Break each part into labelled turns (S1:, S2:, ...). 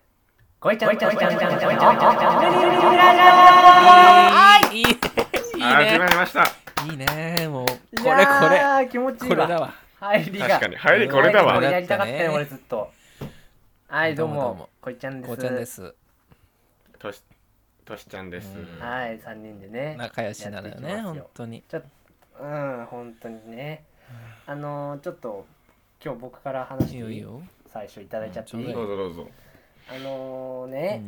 S1: ごいちゃんごいちゃんごいちゃんごいちゃんごいちゃんごいちゃんごいち
S2: はいいいね
S3: あ始まりました
S2: いいねいいねも
S1: ゃ
S2: う
S1: ん
S2: これこれ
S1: 気持ちいい
S2: これだ
S1: わ
S2: わ
S1: 入りが
S3: 確かに入りこれだ
S1: こ
S3: わ
S1: れやりたかったよ俺ずっとはいどう
S2: どうもど
S1: も
S2: うも
S1: こいちゃんです
S2: こうちゃんです
S3: としとしちゃんです
S2: うん
S1: はい三人でね
S2: 仲良しなのよ
S1: やってい
S2: ね
S1: きますよ
S2: 本当に
S1: うん本当にねあのーちょっと今日僕から話して
S2: いい
S1: い
S2: よいい
S1: い
S2: よ
S1: 最初いただいちゃっていい
S2: うんち
S3: ど
S2: ょ
S3: うぞどうぞ
S1: あのー
S2: う
S1: ね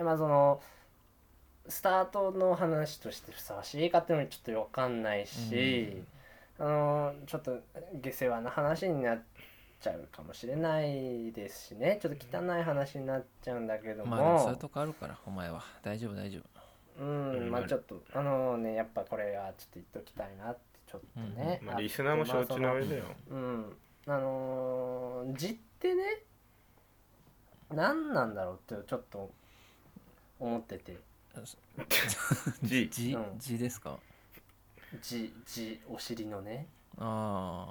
S2: ん
S1: まあそのスタートの話としてふさわしいかっていうのにちょっとわかんないし、あのーちょっと下世話な話になっちゃうかもしれないですしねちょっと汚い話になっちゃうんだけども、
S2: まあでもそういうとこあるからお前は大丈夫大丈夫
S1: うんまあちょっとあのねやっぱこれはちょっと言っときたいなってちょっとね、
S3: まあリスナーも承知の上だよ
S1: うんあのー字ってね何なんだろうってちょっと思ってて
S3: G
S2: 字
S1: うん
S2: 字ですか
S1: 字字お尻のね
S2: あ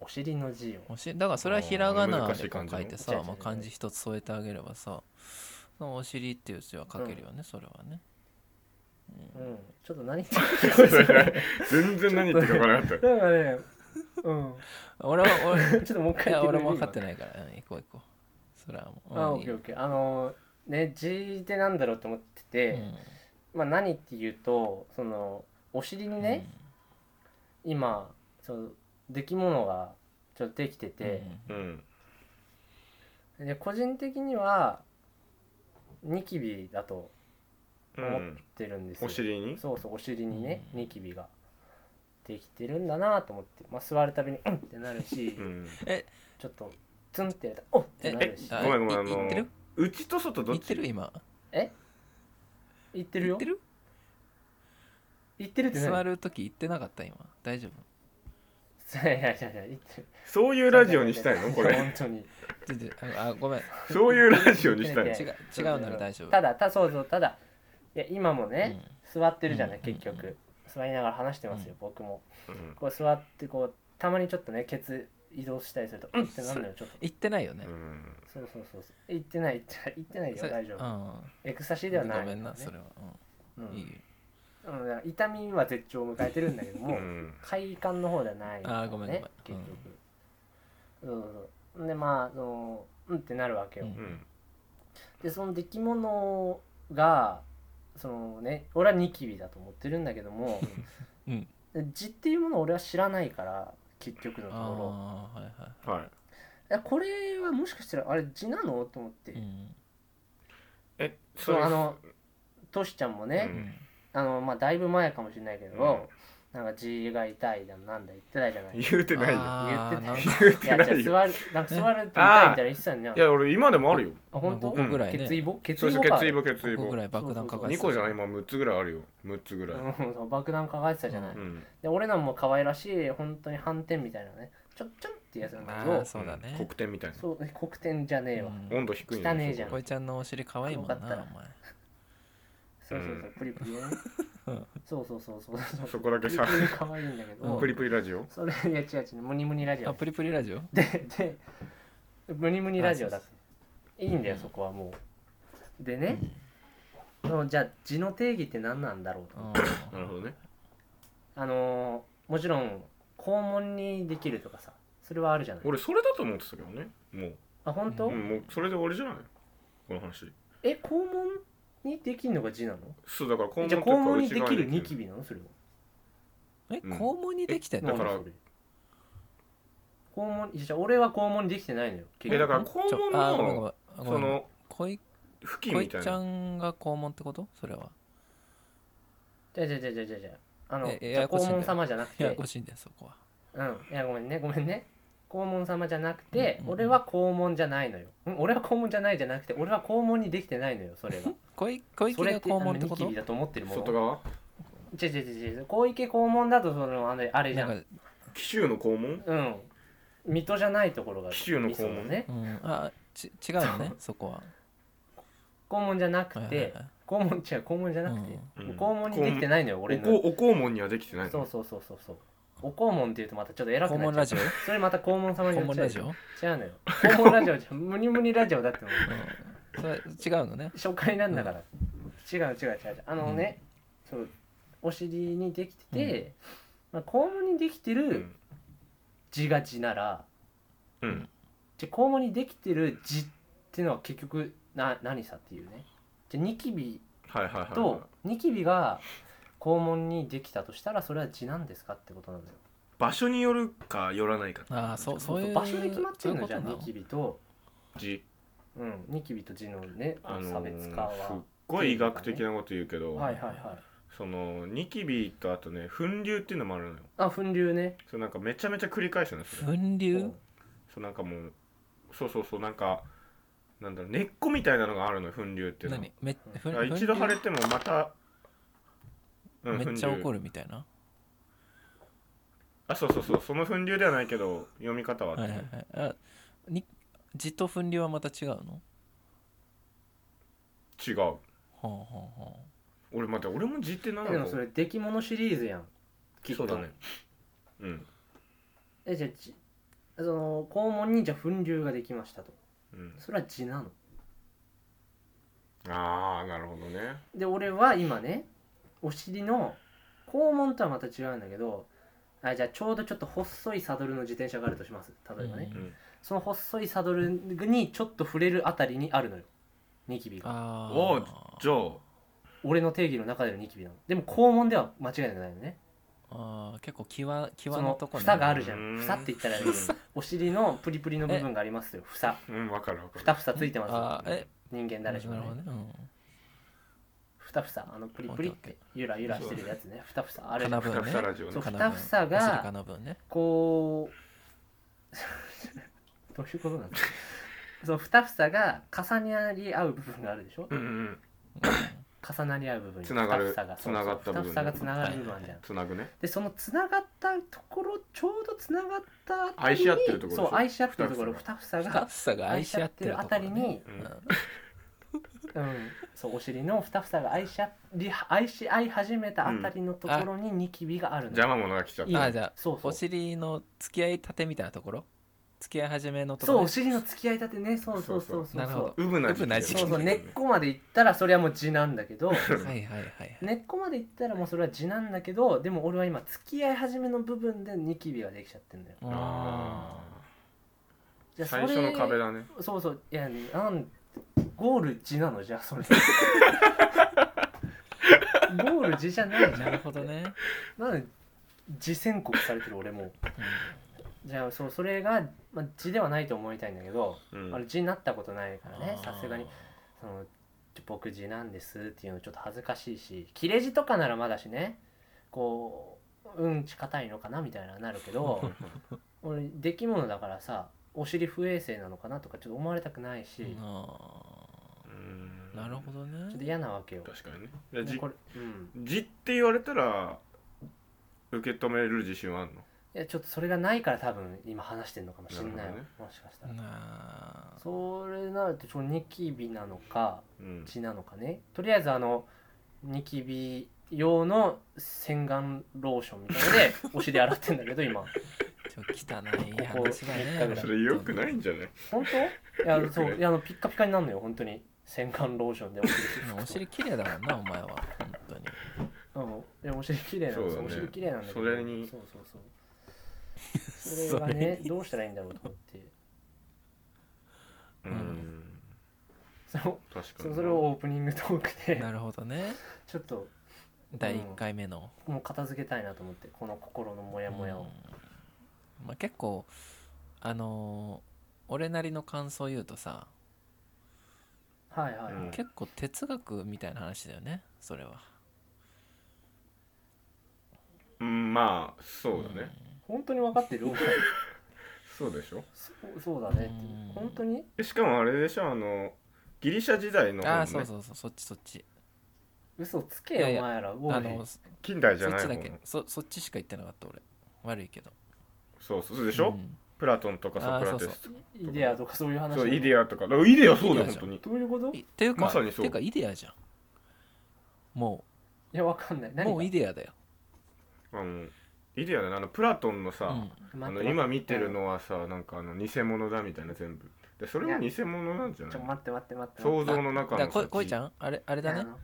S1: お尻の字
S2: あ
S1: を
S2: おしだからそれはひらがな
S3: 難
S2: で
S3: しい
S2: こ
S3: 漢
S2: う
S3: 字の
S2: 書いて
S1: 違う違
S2: さ
S1: う
S2: まあ漢字一つ添えてあげればさそのお尻っていう字は書けるよねそれはね
S1: うんちょっと何言って
S3: 全然何言ってるか分からなかっ
S1: なんかねうん
S2: 俺は 俺
S1: ちょっともう一
S2: い
S1: 回
S2: や俺も分かって
S1: い
S2: ないからうん行こう行こうそれは
S1: あ
S2: も
S1: オ
S2: う
S1: ッ
S2: い
S1: ケ
S2: い
S1: ーオッケーあのーね字ってなんだろうと思ってて、
S2: うん
S1: まあ何っていうとそのお尻にね、今そう出来物がちょっとできて
S2: うん
S1: て、
S3: たうん
S1: で個人的にはニキビだと
S3: う
S1: 思っ
S3: ん
S1: てるんですよ、
S3: お尻に
S1: そうそうお尻にね、
S2: うん
S1: ニキビができてるんだなと思って、まあ、座るたびにうんってなるし、
S3: うん
S1: ちょっとツンってやるとおっってな
S3: え
S1: るし
S2: あ
S3: ごめんごめんあ
S2: い言
S3: の
S2: ってる
S3: 内と外ど
S2: 言
S3: っ
S2: っ
S3: ち
S2: てる今
S1: 言ってるよ
S2: 言ってる
S1: 言ってるって何
S2: 座る時言ってなかった今大丈夫
S1: いやいやいや言ってる
S3: そういうラジオにし たいのこれ
S1: 本当に
S2: 全然ああごめん
S3: そういうラジオにしたいの
S2: 違う違うなら大丈夫
S1: ただたそうそうただいや今もね、座ってるじゃない
S2: うん
S1: 結
S2: うんうん
S1: 局座りながら話してますよ、
S2: うん
S1: 僕も
S3: うん
S1: こう座ってこうたまにちょっとねケツ移動したりするとうんってなんだよちょっと
S2: 言ってないよね
S3: うん
S1: そうそうそうそう行ってない行ってない行ってないよ
S2: それ
S1: 大丈
S2: う
S1: 夫
S2: ん
S1: エクサシーではない
S2: ごめんな
S1: ね
S2: それは
S1: う
S2: うんいい
S1: ん
S2: よ
S1: うんだから痛みは絶頂を迎えてるんだけど
S3: う
S1: も
S3: ん
S1: 快感の方ではない
S2: あーごめんごめん
S1: ね結局そうそうそうでまあそのうんってなるわけよ
S2: うん
S3: うん
S1: でその出来物がそのね俺はニキビだと思ってるんだけども
S2: うん
S1: 字っていうものを俺は知らないから結局のところ
S2: ああはいは
S3: はい
S1: いやこれはもしかしたらあれ字なのと思って、
S2: いうん
S3: え
S1: そ
S3: れ
S1: うあのトシちゃんも
S3: う
S1: ね、
S3: ん
S1: あのまあだいぶ前かもしれないけど、なんか字が痛いだなんだ言ってないじゃない
S3: 言うてないよ
S2: あ
S1: 言っ
S2: ー
S1: て
S2: なんか
S3: 言うて
S1: いや
S3: な
S1: じゃあ
S3: いよ
S1: 座るなんか座ると痛いみたいな言ってたんじゃん
S3: いや俺今でもあるよ
S1: あ本当
S2: 5個ぐらい
S1: 血
S2: ね
S1: 意棒血
S3: そ
S1: 意
S3: うそ
S1: 棒
S3: う
S1: か
S3: 血意棒血意
S2: 5個
S3: 棒
S2: ぐらい爆弾かかって
S3: 2個じゃない今6つぐらいあるよ6つぐらい
S1: うんそう爆弾抱えてたじゃない、
S3: うん
S1: で俺らも可愛らしい本当に斑点みたいなねちょっちょんってやつなんだけど
S2: あそうだね
S3: 黒点みたいな
S1: そうえ黒点じゃねえわ、
S2: うん
S3: 温度低い
S1: 汚ねえじゃん
S2: こいちゃんのお尻可愛いもんな
S1: よかったら
S2: お
S1: そうそうそうプリプリね
S2: うん
S1: そうそうそうそうそう
S3: そこだけさ
S1: プリプリ可愛いんだけど、
S2: うん
S3: プリプリラジオ
S1: それいや違う違うムニムニラジ
S2: 前
S1: オ
S2: あプリプリラジオ
S1: ででムニムニラジオだっ
S2: あそ
S1: ていいんだよ
S2: うん
S1: そこはもうでね、そのじゃあ字の定義って何なんだろうと、
S2: う
S3: なるほどね
S1: あのーもちろん肛門にできるとかさそれはあるじゃない
S3: 俺それだと思ってたけどねも
S1: あ本当、
S3: う、うん、もうそれで終わりじゃないこの話
S1: え肛門にできるのが字なの
S3: そうだから肛
S1: え
S3: 門
S1: じゃあ
S3: と
S1: 肛
S3: か
S1: 門にできるニキ
S3: ビ
S1: ビなのそれは
S2: んえ
S3: うん
S2: 肛門にできてん
S3: だ
S2: の
S3: から
S1: なんだそれ肛門いやじゃあ俺は肛門にできてないのよ結
S3: えだ
S1: 局
S3: から肛門
S2: ちょあごめん
S3: の
S2: ごめんご
S3: そ
S2: めん
S3: の
S2: こい
S3: 付近
S2: こ
S3: み
S2: い
S3: たい
S2: ちゃ
S3: なん
S2: が肛門ってことそれは
S1: じゃあじゃあじゃあじゃあじゃあじゃああの
S2: ええ
S1: じゃあ
S2: ややこしいん
S1: 肛
S2: だよ
S1: 門様じゃなくて
S2: ややこしいんだよそこは
S1: うん、いやごめんねごめんね肛門様じゃなくて、
S2: うんうんうん
S1: 俺は肛門じゃないのよ、うん、俺は肛門じゃないじゃなくて俺は肛門にできてないのよ それは
S2: こい小
S1: そ
S2: 池
S1: れ
S2: が
S1: って
S2: 肛門ってこ
S1: あのニキ
S2: と
S1: ビだと思ってるもん
S3: 外側
S1: 違う違う違う違う小池肛門だとそのあれあれじゃん
S2: なんか
S3: 紀州の肛門
S1: うん水戸じゃないところが
S3: 紀州の肛
S1: 理想
S3: 門
S1: ね
S2: うんあち違うのねそこは
S1: 肛門じゃなく
S2: はいはいはい
S1: て肛門違う肛門じゃなくて、
S3: うん
S1: 肛門にできてないのよ
S3: お
S1: 俺の
S3: こお肛門にはできてない
S1: そうそうそうそうそうお肛門っていうとまたちょっと偉
S2: 肛
S1: くな
S2: 門
S1: っちゃ
S2: ラ
S1: う
S2: ジオ
S1: それまた肛門様に
S2: 肛
S1: なっ
S2: 門
S1: ちゃ
S2: ラ
S1: う
S2: ジオ
S1: 違うのよ肛門ラジオじゃんムニムニラジオだっての
S2: それ違うのね
S1: 初回なんだから、違う違う違う違うあのね、そうお尻にできてて、まあ、肛門にできて
S3: う
S1: る
S3: ん
S1: 字が字なら
S3: うん
S1: じゃあ肛門にできてる字ってのは結局な何さっていうねじゃあニキビ
S3: はいはいはい
S1: とニキビが肛門にできたとしたらそれは痔なんですかってことなんだよ
S3: 場所によるかよらないか
S2: ああそうそういう
S1: 場所で決まってるのじゃあ
S2: そういう
S1: ニ
S2: こと
S1: キビと、
S3: じ
S1: うん、ニキビと痔のね
S3: あのー
S1: 差別化は、
S3: すっごい医学的なこと言うけど、
S1: はいはいはい
S3: そのニキビとあとね粉瘤っていうのもあるのよ
S1: あ粉瘤ね
S3: それなんかめちゃめちゃ繰り返すのよそれ
S2: なの分流
S3: そうなんかもうそうそうそうなんかなんだろう根っこみたいなのがあるのよ粉瘤っていうのは
S2: 何め
S3: だ
S2: 分
S3: から一度腫れてもまた、うん、
S2: めっちゃ
S3: 粉瘤
S2: 怒るみたいな
S3: あそうそうそうその粉瘤ではないけど読み方は、
S2: はいはいはいあに字と分流はまた違うの
S3: 違う
S2: ほうほうほ
S3: 俺待って俺も字って何だ
S1: で
S3: ろ
S1: も
S3: う
S1: それ出来物シリーズやんきっ
S3: そ
S1: と
S3: うだねうん
S1: えじゃあ痔その肛門にじゃあ粉瘤ができましたと
S3: うん
S1: それは痔なの
S3: ああなるほどね
S1: で俺は今ねお尻の肛門とはまた違うんだけどあじゃあちょうどちょっと細いサドルの自転車があるとします例えばね、
S2: うん
S1: その細いサドルにちょっと触れるあたりにあるのよニキビ
S2: う
S1: が
S2: ああ
S3: おうじゃあ
S1: 俺の定義の中でのニキビなのでも肛門では間違いないのね
S2: あー結構際際
S1: そ
S2: の
S1: の
S2: とこね
S1: 蓋があるじゃ
S3: うんん
S1: 蓋って言ったらお尻のプリプリの部分がありますよ蓋
S3: うんわかるわかる
S1: ふたふたついて
S2: あ
S1: ま
S2: ーえ
S1: す人間
S2: な
S1: 誰
S2: る
S1: し
S2: ほ
S1: も
S2: ど
S1: ね
S2: ね、うん、
S1: ふたふさあのプリプリってゆらゆらしてるやつねふたふさあれ
S2: 金
S3: ふ
S2: 分
S3: た
S2: ね
S3: ふたラジオ
S1: そ
S3: ね
S1: う
S2: かな
S1: ふたふさが
S2: お尻かな分ね
S1: こう どういうことなんですかそのふたふさが重なり合う部分があるでしょ
S3: うんうん
S1: 重なり合う部分に
S3: つながる
S1: ふたふさが
S3: つながった部分
S1: ふたふさがつながる部分あるじゃん、
S3: つなぐね
S1: でそのつながったところちょうどつながったあたり
S3: 愛し合ってるところでし
S1: そ
S3: ょ
S1: う愛し合ってるところ
S3: ふ
S1: ふたふさ
S2: スタッ
S1: が
S2: フさんが愛し合ってる
S1: あ
S2: とこ
S1: た
S2: ろ
S1: り
S2: ね
S1: に、
S3: うん
S1: うん、そうお尻のふたふさが愛し合り愛し合い始めたあたりのところにニキビがあるの、
S3: 邪魔者が来ちゃっ
S2: うん
S3: た
S2: あーじゃあ
S1: そうそう
S2: お尻の付き合いたてみたいなところ付き合い始めのとこ
S1: そう
S2: ろ
S1: お尻の付き合いだってねそうそうそうそう
S2: なるほ
S1: そう
S2: ど
S3: うぶな時期だよね
S1: そうそう根っこまで行ったらそれはもう痔なんだけど
S2: はいはいはいはい
S1: 根っこまで行ったらもうそれは痔なんだけどでも俺は今付き合い始めの部分でニキビができちゃってんだよ
S3: あ
S2: あ
S1: じ
S3: ー
S1: ゃあそ
S3: 最
S1: れ
S3: 初の壁だね
S1: そうそういやなんゴール痔なのじゃあ それゴール痔じゃない
S2: ー
S1: じゃ
S2: なる
S1: ん
S2: ほどね、
S1: なんで痔宣告されてる俺もじゃあそうそれが、まあ、痔ではないと思いたいんだけど、
S3: うん
S1: あれ痔になったことないからね
S2: あー
S1: さすがにその僕字なんですっていうのちょっと恥ずかしいし切れ字とかならまだしねこううんち硬いのかなみたいななるけど俺出来物だからさお尻不衛生なのかなとかちょっと思われたくないし、ち
S2: あ
S3: うん
S2: ーなるほどね
S1: ょっと嫌なわけよ。
S3: 確かにねじゃあ
S1: で
S3: じ
S1: これうん、
S3: じって言われたら受け止める自信はあるの
S1: いやちょっとそれがないから多分今話してるのかもしれな
S3: ないる
S1: よ、
S3: ほどね
S1: もしかしたら。
S2: なあ
S1: それなるとちょっとニキビなのか
S3: うん
S1: 血なのかねとりあえずあのニキビ用の洗顔ローションみたいのでお尻洗ってんだけど今
S2: ちょ汚い話だね
S1: ここ
S3: それ良くないんじゃない
S1: 本当いやそういやあのピッカピカになるのよ本当に洗顔ローションでお尻
S2: うんお尻綺麗だもんなお前は本当に
S1: うんいやお尻綺麗なんですよ、お
S3: そうだね
S1: 尻綺麗なんだけど
S3: それに
S1: そうそうそうそれがねどうしたらいいんだろうと思って
S2: う
S3: う
S2: ん
S3: ん
S1: その
S3: 確か
S1: そ
S3: に
S1: それをオープニングトークで
S2: なるほどね
S1: ちょっと
S2: 第1回目の、
S1: もう片付けたいなと思ってこの心のモヤモヤを、
S2: うんまあ、結構あのー俺なりの感想を言うとさ
S1: はいはい、はい
S3: うん
S2: 結構哲学みたいな話だよねそれは
S3: うんまあそうだね
S1: 本当に分かってるお前
S3: そうでしょ
S1: そうそうだねって
S2: うん
S1: 本当に
S3: えしかもあれでしょあのギリシャ時代の
S2: あ
S3: 方
S2: あそう
S3: ね
S2: そうそうそっちそっち
S1: 嘘つけ
S2: いやい
S1: よお
S2: や
S1: 前らおい
S2: あのそ
S3: 近代じゃ
S2: そっ
S3: ない
S2: ち
S3: 方
S2: だ
S3: の
S2: けそそっちしか言ってなかった俺悪いけど
S3: そうそうそうでしょ
S2: ん
S3: プラトンとかソクラテスとか
S1: イデアとかそういう話
S3: そうイ
S1: ア
S3: デアとかだからイデアそうだよ
S2: イデアじゃん
S3: 本当に
S1: どういうこと
S2: い
S1: い
S2: っていうか、
S3: まさにそう
S2: っていうかイデアじゃんも
S1: やわかんないう何
S2: もうイデアだよ、
S3: あのイデアだねあのプラトンの
S2: う
S3: さ
S2: ん、
S1: ア
S3: あの今見てるのはさなんかあの偽物だみたいな全部でそれも偽物なんじゃ
S1: ちょ
S3: ない
S1: 待って待って待って
S3: 想
S1: 待って
S3: 像の中
S2: だ
S3: の
S2: からここいちゃ
S3: ん
S2: んあれあれだねあの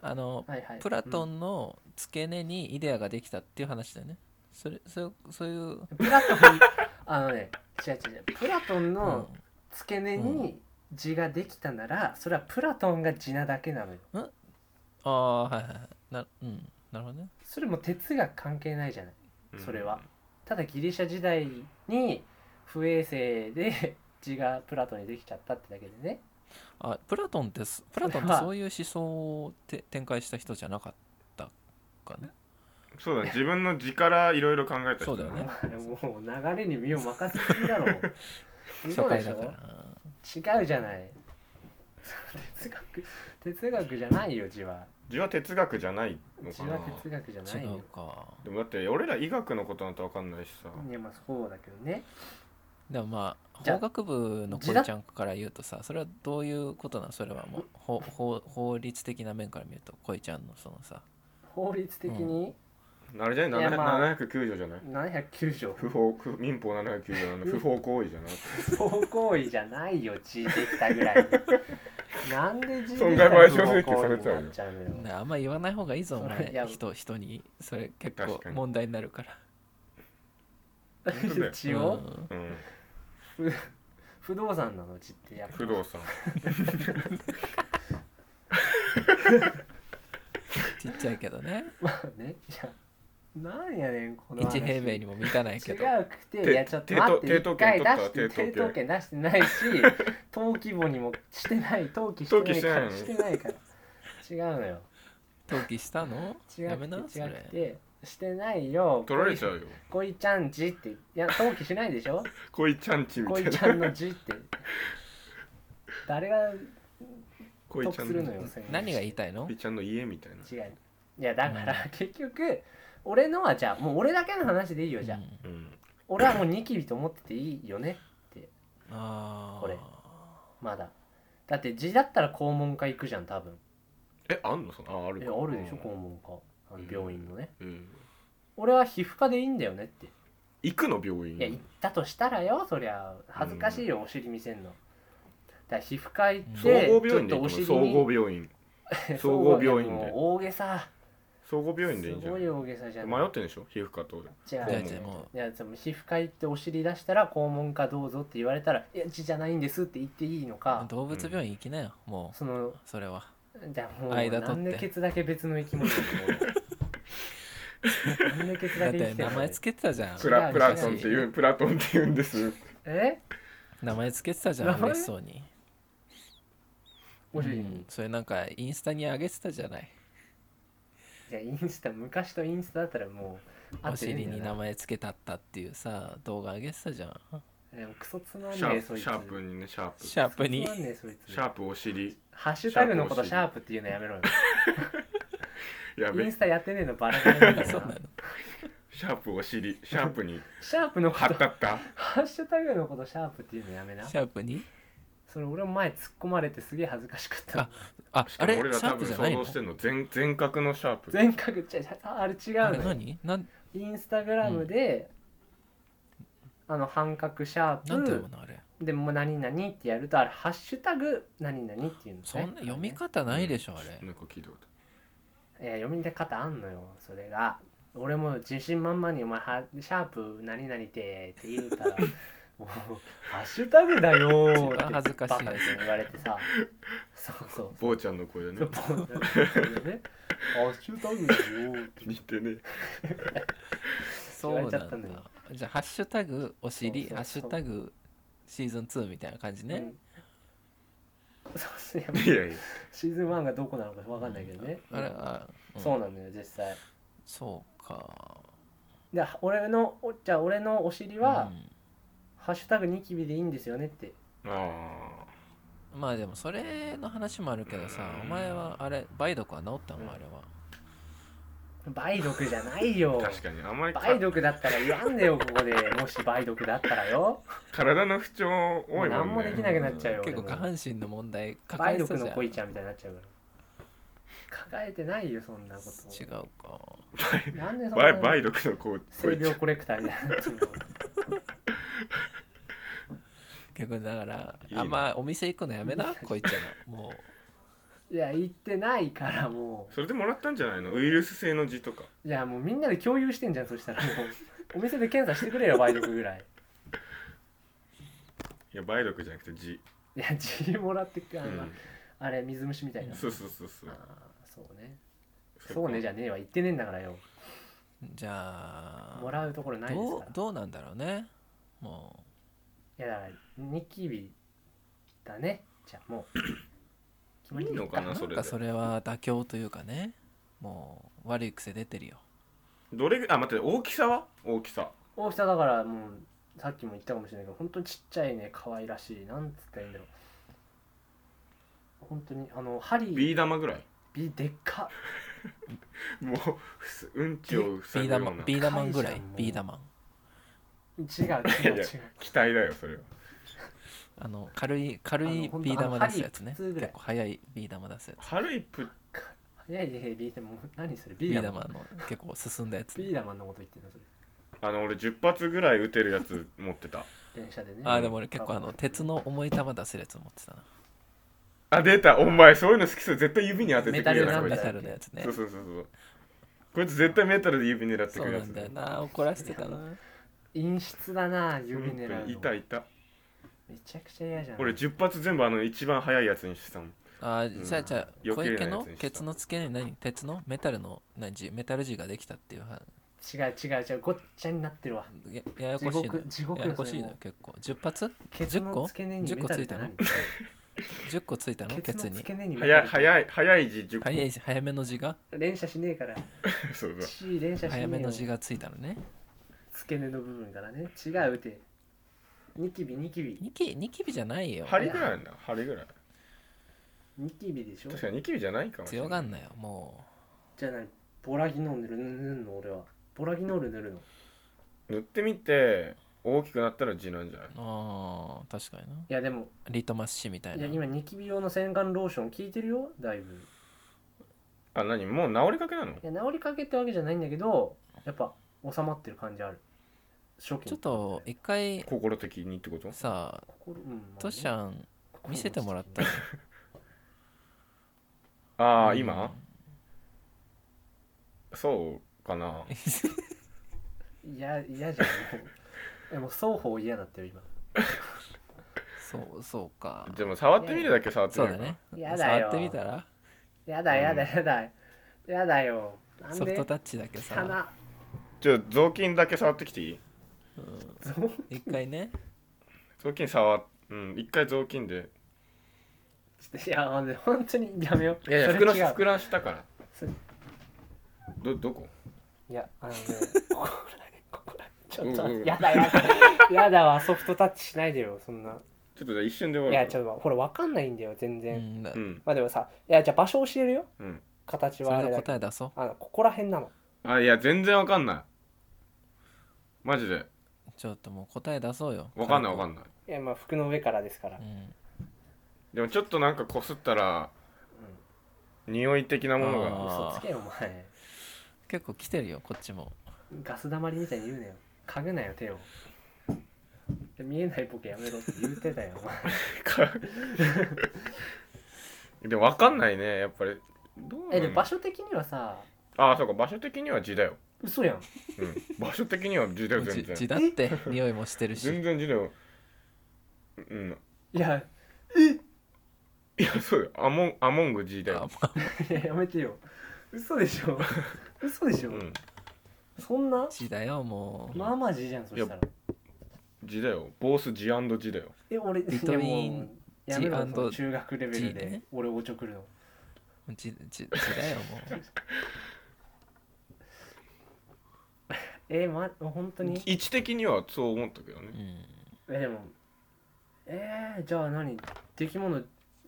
S1: あのはいはい
S2: プラトンの付け根にイデアができたっていう話だよねそれそうそういう
S1: プラトン あのね違う違う違うプラトンの付け根
S2: う
S1: に字ができたならそれはプラトンが字なだけなのよ
S2: ああはいはいはいな,、うん、なるほどね
S1: それも哲学関係ないじゃないそれはただギリシャ時代に不衛生で 字がプラトンにできちゃったってだけでね
S2: あプラトンってすプラトンってそういう思想をて展開した人じゃなかったかね
S3: そうだね自分の字からいろいろ考えた人
S2: そうだよね
S1: お前もう流れに身を任せすぎだ ろ
S2: 初
S1: 嘘で
S2: 回
S1: し
S2: だか
S1: ょ
S2: ら
S1: 違うじゃない哲学哲学じゃないよ字は
S3: 字は哲学じゃないの
S1: 字
S3: かな
S1: は哲学じゃない
S2: 違う
S1: よ
S2: か
S3: でもだって俺ら医学のことなんて分かんないしさ
S1: いやまあそうだけどね
S2: でもまあ
S1: じゃあ
S2: 法学部のこいちゃんから言うとさそれはどういうことなのそれはもう法法法律的な面から見るとこいちゃんのそのさ
S1: 法律的に
S3: あれじゃない
S1: いやまあ
S3: 709条じゃない
S1: 709条
S3: 不法不民法709条なんで不法行為じゃない
S1: 不法行為じゃないよ字できたぐら いなんで字できた
S3: 損害賠償請
S1: 不
S3: 求
S1: 法行為
S3: され
S1: に
S3: ちゃうよ
S1: なっちゃうのよ
S2: ねあんま言わない方がいいぞお
S1: それいや
S2: 前人人にそれ結構
S3: 確かに
S2: 問題になるか ら
S3: 本当だよ
S1: 字を
S2: うん
S3: うん
S1: 不動産なの字ってやっぱ
S3: 不 動産
S2: ちっちゃいけどね
S1: まあねいやなんやねんこの話
S2: 1平米にも満たない
S1: 違
S2: け
S1: う
S2: ど
S1: くていやちょっと待って
S3: 抵
S1: 一
S3: 当
S1: 回出
S3: 権取った
S1: して抵
S3: 抵当権
S1: 当権出してないし登記簿にもしてない登記
S3: 登記
S1: してないから
S3: し
S1: しててないから違うのよ
S2: 登記したの
S1: 違
S2: やめな
S1: くて
S2: そ
S1: 違
S2: れ
S1: くてしてないよ
S3: 取られちゃうよ
S1: こいちゃん字っていや登記しないでし ょ
S3: こいちゃんちみ
S1: こ
S3: たい
S1: い
S3: な
S1: ちゃんの字って誰が
S3: こい
S1: 得
S3: ちゃ
S1: す
S3: んの
S1: るのよそれ
S2: 何が言いたいの
S3: こいちゃんの家みたいな
S1: 違ういやだから結局俺のはじゃあもう俺だけの話でいいよじゃあ、
S2: うん
S3: うん
S1: 俺はもうニキビと思ってていいよね
S2: あー
S1: これまだだって字だったら肛門科行くじゃん多分
S3: えあんのそのあある
S1: い
S3: か
S1: やあるでしょ肛
S3: う
S1: 門科あの
S3: うん
S1: 病院のね、
S3: ん
S1: 俺は皮膚科でいいんだよねって
S3: 行くの病院
S1: いや行ったとしたらよそりゃ恥ずかしいよお尻見せんのだから皮膚科行っ
S3: 総
S1: て
S3: 合病院でいいと思う
S1: ちょっと
S3: 総
S1: お尻に
S3: 合病院総合病院で
S1: もう大げさ
S3: 総合病院でいいんじ
S1: す
S3: ゃな
S1: ご
S3: い
S1: い大げさじゃん
S3: 迷ってんでしょ皮膚科と
S1: じゃあ
S2: じゃ
S3: 肛
S2: あじゃあ
S3: 門
S2: もう
S1: いやでも皮膚科行ってお尻出したら肛門科どうぞって言われたら「いや字じゃないんです」って言っていいのか
S2: 動物病院行きなよ、も
S1: その
S2: うそれは
S1: じゃあもう
S2: 間取って
S1: なんでケツだけ別の生き物な のなんでケツ
S2: だ
S1: だ
S2: っ
S1: け生きて
S2: て
S1: んの
S2: 名前つけてたじゃん
S3: プラ
S1: 違う
S3: プラトンっ
S2: 違
S3: ていうプラトンって言うんです
S1: え
S2: 名前つけてたじゃ
S1: 名
S2: ん
S1: 前
S2: 嬉しそうに
S1: お尻
S2: う
S1: に
S2: んそれなんかインスタに上げてたじゃない
S1: じゃあインスタ昔とインスタだったらもう合
S2: お
S1: ってねえ
S2: 尻
S1: んだ
S2: に
S1: な
S2: 名前つけたったっていうさ動画上げてたじゃん
S1: でもクソつまん
S3: シ
S1: ね
S3: ャ
S1: え
S3: ー
S1: そ
S3: プ
S1: いつ
S3: シャープにねシャープ
S2: シャープに
S1: クソつまんねえそいつ
S3: シャープお尻
S1: ハッシュタグのことシ
S3: シャ
S1: ャープっていうのやめろよ
S3: や
S1: イ
S3: べ
S1: ンスタやってねえのバラバラなんだ
S2: そう
S1: よ
S2: なの
S1: な
S3: シャープお尻シャープに
S1: シャープのこ
S3: 貼
S1: と
S3: っ たった
S1: ハッシュタグのことシャープっていうのやめな
S2: シャープに
S1: それ俺も前突っ込まれてすげえ恥ずかしかった
S2: あ
S3: し
S2: あ
S3: か
S2: れ
S3: も
S2: シ
S3: 俺ら
S2: ャ
S3: 多
S2: ープ
S3: 分
S2: じゃ
S3: 想
S2: ないの
S3: 像してんの全全角のシャープ
S1: 全角ちゃああれ違
S2: あ
S1: う
S2: れ
S1: のよ
S2: 何なん
S1: インスタグラムで、あの半角シャ
S2: なんて読
S1: ー
S2: むのあれ
S1: プでもう何々ってやるとあれハッシュタグ何々っていうのね
S2: そんな読み方ないでしょあれ
S3: なんか聞いたこ
S1: いや読み方あんのよそれが俺も自信満々に「お前はシャープ何々て」って言う たら「もうハッシュタグだよー」
S2: 一番恥ずかしい
S1: バカみたに言われてさそうそう
S3: と坊ちゃんの声で
S1: そう
S3: ね
S1: ポンってやってねハッシュタグだよーって
S3: 似てね
S2: そ
S1: 言わ
S2: うなん
S1: れちゃったんだ
S2: だじゃあハッシュタグお尻
S1: そうそうそう
S2: ハッシュタグシーズン2みたいな感じ
S1: う
S2: ね
S1: んそうっすね
S3: いやいや
S1: シーズン1がどこなのか分かんないけどね、
S2: あれあうん
S1: そうなのよ実際
S2: そうか
S1: で俺のおじゃあ俺のお尻は
S2: う、ん
S1: ハッシュタグニキビでいいんですよねって
S3: あ
S2: まあでもそれの話もあるけどさお前はあれ梅毒は治ったのあれは
S1: 梅毒じゃない
S3: あ
S1: よ
S3: 確かにあんまりか
S1: 梅毒だったら言わんでよここでもし梅毒だったらよ
S3: 体の不調多いも
S1: もう何も
S3: ん
S1: で
S3: ね
S1: きないくっちゃうよ
S2: 結構
S1: 俺
S2: 下
S1: も
S2: 半身の問題抱
S1: 梅
S2: えてた
S1: 毒
S2: じ
S1: の
S2: ゃん
S1: 恋ちゃんみたいになっちゃうから抱えてないよそんなこ
S2: 違う
S1: と
S2: か
S1: なんでそん
S3: バイ
S1: な
S3: 梅毒のこうこ
S1: 性
S3: いちゃ
S1: 病
S3: ん
S1: コレクターみたいになっちゃうの
S2: 結局だから
S3: いいね
S2: あんまお店行くのやめ なこいちゃんも
S1: いや行ってないからも
S3: それでもらったんじゃないのウイルス性の字とか
S1: ういやもうみんなで共有してんじゃんそしたらもうお店で検査してくれよ梅毒ぐらい
S3: いや梅毒じゃなくて字、
S1: いや血もらってくあ,、
S3: う
S1: ま
S3: ん、
S1: ああれ水虫みたいな
S3: そうそうそうそう
S1: あーそうねそうねじゃねえわ言ってねえんだからよ
S2: うじゃあ
S1: もらうところないです
S2: ど
S1: か
S2: う
S1: ら
S2: どうなんだろうねもう
S1: いやだからニキビだねじゃあもう決まり
S3: いい
S1: でい
S3: の
S1: っ
S3: かなそ
S2: なん
S3: れ
S2: か
S3: で
S2: それは妥協というかねもう悪い癖出てるよ
S3: どれぐあ待って大きさは大きさ
S1: 大きさだからもうさっきも言ったかもしれないけど本当にちっちゃいね可愛らしいなんつったらいいんだろう本当にあの針
S3: ビー玉ぐらい
S1: ビでっか
S3: もうふすうんちを塞
S2: ビ
S3: ぐ
S2: ーダ
S3: よう
S2: マ
S3: な
S2: ンビ
S3: 期
S2: ーダマンぐら
S1: 高い
S2: い
S1: じゃんもう
S2: ビーダマン
S1: 違う違う違う
S3: いや待だよそれは
S2: あの軽い軽
S1: あの
S2: い
S1: ほんと
S2: ビー玉出すやつ
S1: あの針
S2: ね
S1: 普通ぐら
S2: 結
S1: い
S2: 構早いビー玉出すやつ
S3: 軽いプ
S1: いやいやいやビーでも何それビ
S2: ビ
S1: ー
S2: ー
S1: ダマン
S2: 玉の結構進んだやつ、
S1: ビーダマンのこと言ってるのそれ
S3: あの俺10発ぐらい撃てるやつ持ってた
S1: 電車でね
S2: ああでも俺結構あの鉄の重い玉出すやつ持ってたな
S3: あ出たお前そういうの好きそう絶対指に当ててくる
S1: メ
S3: よ
S1: タ
S3: な
S1: ル
S3: こい
S1: なん
S2: メ
S3: つ
S1: だ
S2: タルのやつね
S3: そうそうそうそうこいつ絶対メタルで指狙って
S2: そ
S3: く
S2: う
S3: る
S2: な
S3: やつ
S2: んだよな怒らせてたな
S1: 陰湿だな指
S3: 本当
S1: 狙う
S3: にい
S1: の
S3: たいた
S1: めちゃくちゃ嫌じゃん
S3: 俺10発全部あの一番速いやつにしてたもん
S2: あ
S3: ん
S2: じゃあじゃあ小
S3: 余
S2: 池
S3: 計なや
S2: の
S3: つにした
S2: ケツの付け根に何鉄のメタルの何字メタル字ができたっていうは
S1: 違う違う違うごっちゃになってるわ
S2: ややや
S1: 地
S2: こしい
S1: 獄地獄
S2: のややこしい
S1: それ
S2: の
S1: も
S2: 結構10発
S1: ケツ
S2: 10
S1: の
S2: 個
S1: 付け根に
S2: 10
S1: メ
S2: 個
S1: タ
S2: つ
S1: ルっ
S2: い
S1: て
S2: たの
S1: 何
S2: 10個ついたの
S1: ケ
S2: ケ
S1: ツ
S2: ツ
S1: の付
S2: に
S1: け根にメタル
S3: 早い早い早い字10個
S2: 早い早めの字が
S1: 連射しねえから
S3: そうそう
S1: 血連射しね
S2: 早め
S1: えよ
S2: の字がついたのね
S1: 付け根の部分からね違う打てニキビニキビ
S2: ニキニキビじゃないよ
S3: 針ぐらいなんだ針ぐらい
S1: ニキビでしょ
S3: 確かにニキビじゃないかもしれ
S2: 強
S3: ない
S2: がんなよも
S1: じゃあ何ボラギノール塗るの俺はボラギノール塗るの
S3: 塗ってみて大きくなったら字なんじゃないう
S2: あー確かにない
S1: やでも
S2: リトマス紙みたい
S1: い
S2: な
S1: や今ニキビ用の洗顔ローション効いてるよだいぶ
S3: あ何もう治りかけなの
S1: いや治りかけってわけじゃないんだけどやっぱ収まってる感じある初期
S2: ちょっと一回
S3: 心的にってこと
S2: さ
S1: 心うんまあね
S2: トシちゃん見せてもらった
S1: い
S2: ら
S3: ああ、
S2: うん
S3: 今そうかな
S1: や嫌じゃんもう でも双方嫌だったよ今
S2: そうそうか
S3: でも触ってみるだけ触って
S2: そ
S3: み
S2: う
S3: る
S2: だね
S1: やだよ
S2: 触ってみたら
S1: やだやだやだ、やだよなん
S2: ソフ
S1: で
S2: トタッチだけさ
S1: 鼻
S3: ちょっと雑巾だけ触ってきていい
S1: そう
S2: 一回 ね
S3: 雑巾触うん一回雑巾で
S1: いやほんで本当にやめよう
S3: いやいや
S1: そ
S3: 膨
S1: れ
S3: ら
S1: 違う
S3: 膨らしたから
S1: それ
S3: どどこ
S1: いやあの ねここらへんここらへんちょっと、
S3: うんうん
S1: やだやだやだわソフトタッチしないでよそんな
S3: ちょっと一瞬で
S1: い
S3: 終わ
S1: や
S3: る
S1: ちょっとほらわかんないんだよ全
S2: う
S1: 然、
S2: んだ
S3: うん
S1: まあでもさいやじゃあ場所教えるよ
S3: うん
S1: 形
S2: そ
S1: はあれ
S2: れの
S1: だけ
S2: 答
S1: ど
S2: え出そう
S1: あのここら辺なの
S3: あいや全然わかんないマジで
S2: ちょっともう答え出そうよ
S3: わかんないわか
S2: ん
S3: んない
S1: いやまあ服の上からですから、
S2: ない
S3: でもちょっとなんかこすったら匂い的なもの
S2: あ
S3: が
S2: ー
S1: 嘘つけよお前
S2: 結構来てるよこっちも
S1: ガス溜まりみたいに言うなよ嗅ぐなよ手をで見えないボケやめろって言ってたよお前
S3: でもわかんないねやっぱりどうなの
S1: えでも場所的にはさ
S3: ああそうか場所的には字だよ、
S1: 嘘やん
S3: うん、場所的には字だよ全
S2: じじ
S3: 然
S2: だって匂いもしてる
S3: 全
S2: し
S3: 然字だようん
S1: いや
S3: いやそうよアモンアモング G だ
S2: あ
S3: よ、
S2: まあ
S1: いややめてよ嘘でしょ嘘でし
S3: う
S1: ょ、
S3: ん、
S1: そんな
S2: 字だよもう
S1: まあまあ字じゃんそしたら
S3: G だよボース G&G だよ
S1: え俺
S2: ビトイン
S1: いやもうやめろ
S2: G&
S1: その中学レベル
S2: G
S1: で
S2: ね
S1: 俺おちょくるの
S2: 字字字だよもう
S1: えま本当に
S3: 位置的にはそう思ったけどね
S2: うん
S1: えでもえー、じゃあ何出来物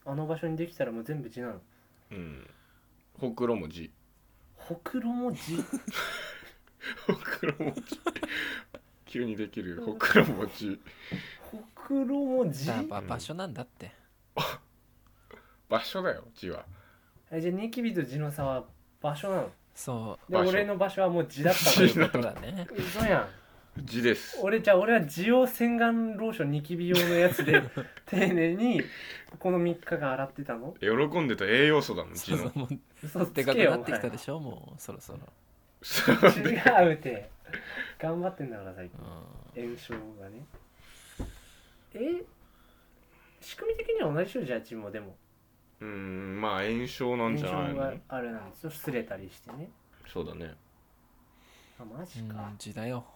S1: あの場所にできたらもう全部字なの
S3: うんほくろも G
S1: ほくろも字
S3: ほくろも G 急にできるよほくろも G
S1: ほくろも字
S2: だからば場所なんだって
S3: 場所だよ G は
S1: えじゃあニキビと字の差は場所なの
S2: そ
S1: で
S3: 場所
S1: 俺の場所はもう字だった
S2: う
S1: の
S2: い
S1: よ
S2: うことだね
S1: 嘘やん
S3: 字です
S1: 俺じゃあ俺は地を洗顔ローションニキビ用のやつ で丁寧にこの3日間洗ってたの
S3: 喜んでた栄養素だもん字
S2: そうそ
S3: の
S2: うもう
S1: 嘘つけ
S2: で
S1: よ
S2: かくなってきたで
S1: ょ
S2: しょもうそろそろ、
S1: 違うて頑張ってんだから最近
S2: う
S1: 炎症がねえ仕組み的には同じ人じゃんチームもでも
S3: うーんまあ炎症な
S1: 炎
S3: んじ
S1: 症
S3: ゃない
S1: が
S3: の
S1: あれなんですよ擦れたりしてね
S3: そうだね
S1: あマジ
S2: ん、う
S1: か
S2: ん、時代よ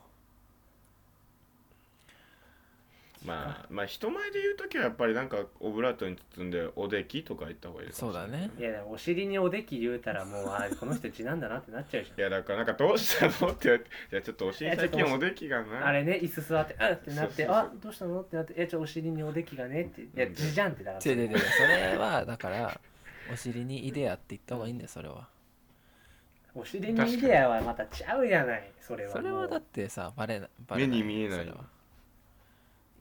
S3: まあまあ人前で言う時はやっぱりなんかオブラートに包んでおできとか言った方がいいか
S2: そう
S3: もしれ
S2: だ
S3: ない
S2: ね
S1: いやでもお尻におでき言うたらもうあこの人血なんだなってなっちゃうじ
S3: いやだからなんかどうしたのって言われていやちょっとお尻
S1: いやちょ
S3: 最
S1: っと
S3: 近おできが
S1: ゃ
S3: なん
S1: あれね椅子座ってうんってなって
S3: そうそうそう
S1: あどうしたのってなってえちょお尻におできがねっていや
S3: うん
S1: 血じゃんってだか
S2: 違う
S1: ら
S2: 違う違うそれはだからお尻にイデアって言った方がいいんだよそれは
S1: お尻にイデアはまたちゃうじゃないそれは
S2: それはだ
S1: も
S2: ってさバレなバレ
S3: 目に見えない
S2: それは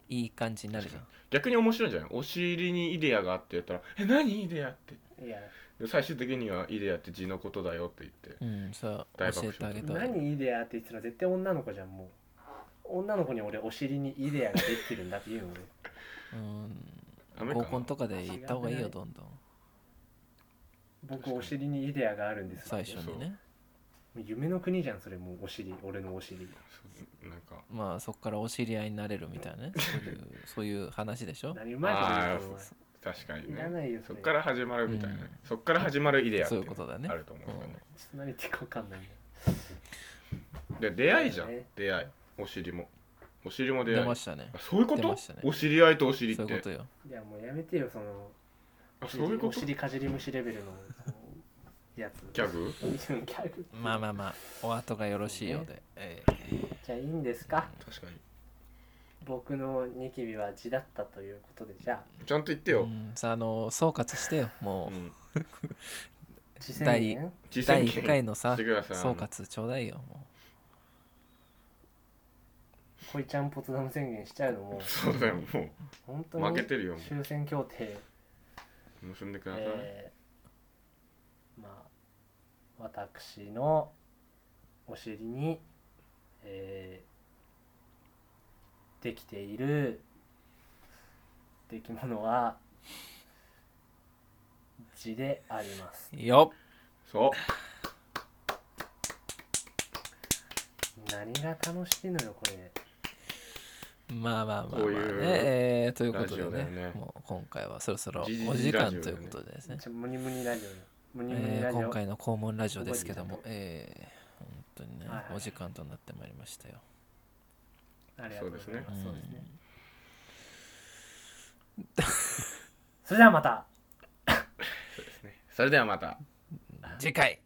S2: いい感じになるじゃん
S3: 逆に面白いんじゃないお尻にイデアがあって言ったら「え何イデア?」って
S1: ういや
S3: で最終的にはイデアって字のことだよって言って
S2: うんそう教
S3: 大爆笑
S2: えてあげたい
S1: 何イデアって言ってたら絶対女の子じゃんもう女の子に俺お尻にイデアができてるんだって言うの
S2: うん
S3: ダメか
S2: 合
S3: な
S2: コンとかで言った方がいいよどんどん
S1: 俺僕お尻にイデアがあるんです
S2: 最初にね
S1: もう夢の国じゃんそれもうお尻俺のお尻
S3: そうなんか
S2: まあそこからお知り合いになれるみたいなねそういう そういう話でしょ
S1: 何うまいこと言うと思う
S3: あー確かに
S1: いらないよ
S3: ね
S1: そ
S3: そ
S1: れ
S3: っから始まるみたいな、
S2: うん
S3: そっから始まるイデアって
S2: そう
S3: い
S2: いう
S3: う
S2: ことだ
S3: の
S2: ね
S3: があると思うんだよね
S1: ちょっと何言ってるか分かんないね
S3: で出会いじゃん、
S1: そうだね
S3: 出会いお尻もお尻も
S2: うん
S3: 出
S2: 出
S3: 会い
S2: ま
S3: あ
S2: したね
S3: そういうこ
S2: 出
S3: と、
S2: ましたね
S3: お知り合いとお尻っ
S2: そういう
S3: て
S2: ことよ
S1: いやもうやめてよその
S3: あそういうこ
S1: お
S3: と
S1: 尻かじり虫レベルのそのやつ
S3: ギャグ
S1: うんギャグ
S2: まあまあまあお後がよろしいようでえ
S1: じゃあいいんですか
S3: 確かに
S1: 僕のニキビは血だったということでじゃ
S3: ちゃんと言って
S2: え
S3: よ、
S2: うんさああの総括してよ
S3: う、
S2: もうん
S1: あ血宣言
S3: 実践
S2: 第
S3: 権
S2: 1回の
S3: し
S2: さ
S3: てください
S2: 総括ちょうだいよも
S1: 恋ちゃんポツダム宣言しちゃうのも
S3: そうだよも
S1: 本
S3: う
S1: 当に
S3: 負けてるよも
S1: 終戦協定
S3: う結んでください、
S1: えーまあ私のお尻に、えーできている出来物は字であります
S2: うよっ
S3: そう
S1: 何が楽しいのよこれ
S2: まあまあまあま
S3: こ
S2: あ
S3: う
S2: ね
S3: いう
S2: えーということ
S3: ラジオだ
S2: で
S3: よ
S2: ね
S3: ね
S2: もう今回はそろそろ
S3: じじじ
S2: お時
S3: ラ
S2: 間
S3: ジオだ
S2: とい
S3: よ
S2: う
S3: ね
S2: ことでですね
S1: ちょムニムニラジオよムニムニ
S2: え
S1: ラ
S2: ー
S1: ジオ、
S2: 今回の肛門ラジオですけども
S1: 覚、
S2: えー、本当にね
S1: はいはい
S2: お時間となってまいりましたよ。
S1: ありがとうございます
S2: そ
S1: そうう
S2: で
S1: ですすねそ
S2: ね
S1: れではまた
S3: そうですねそれではまた
S2: 次回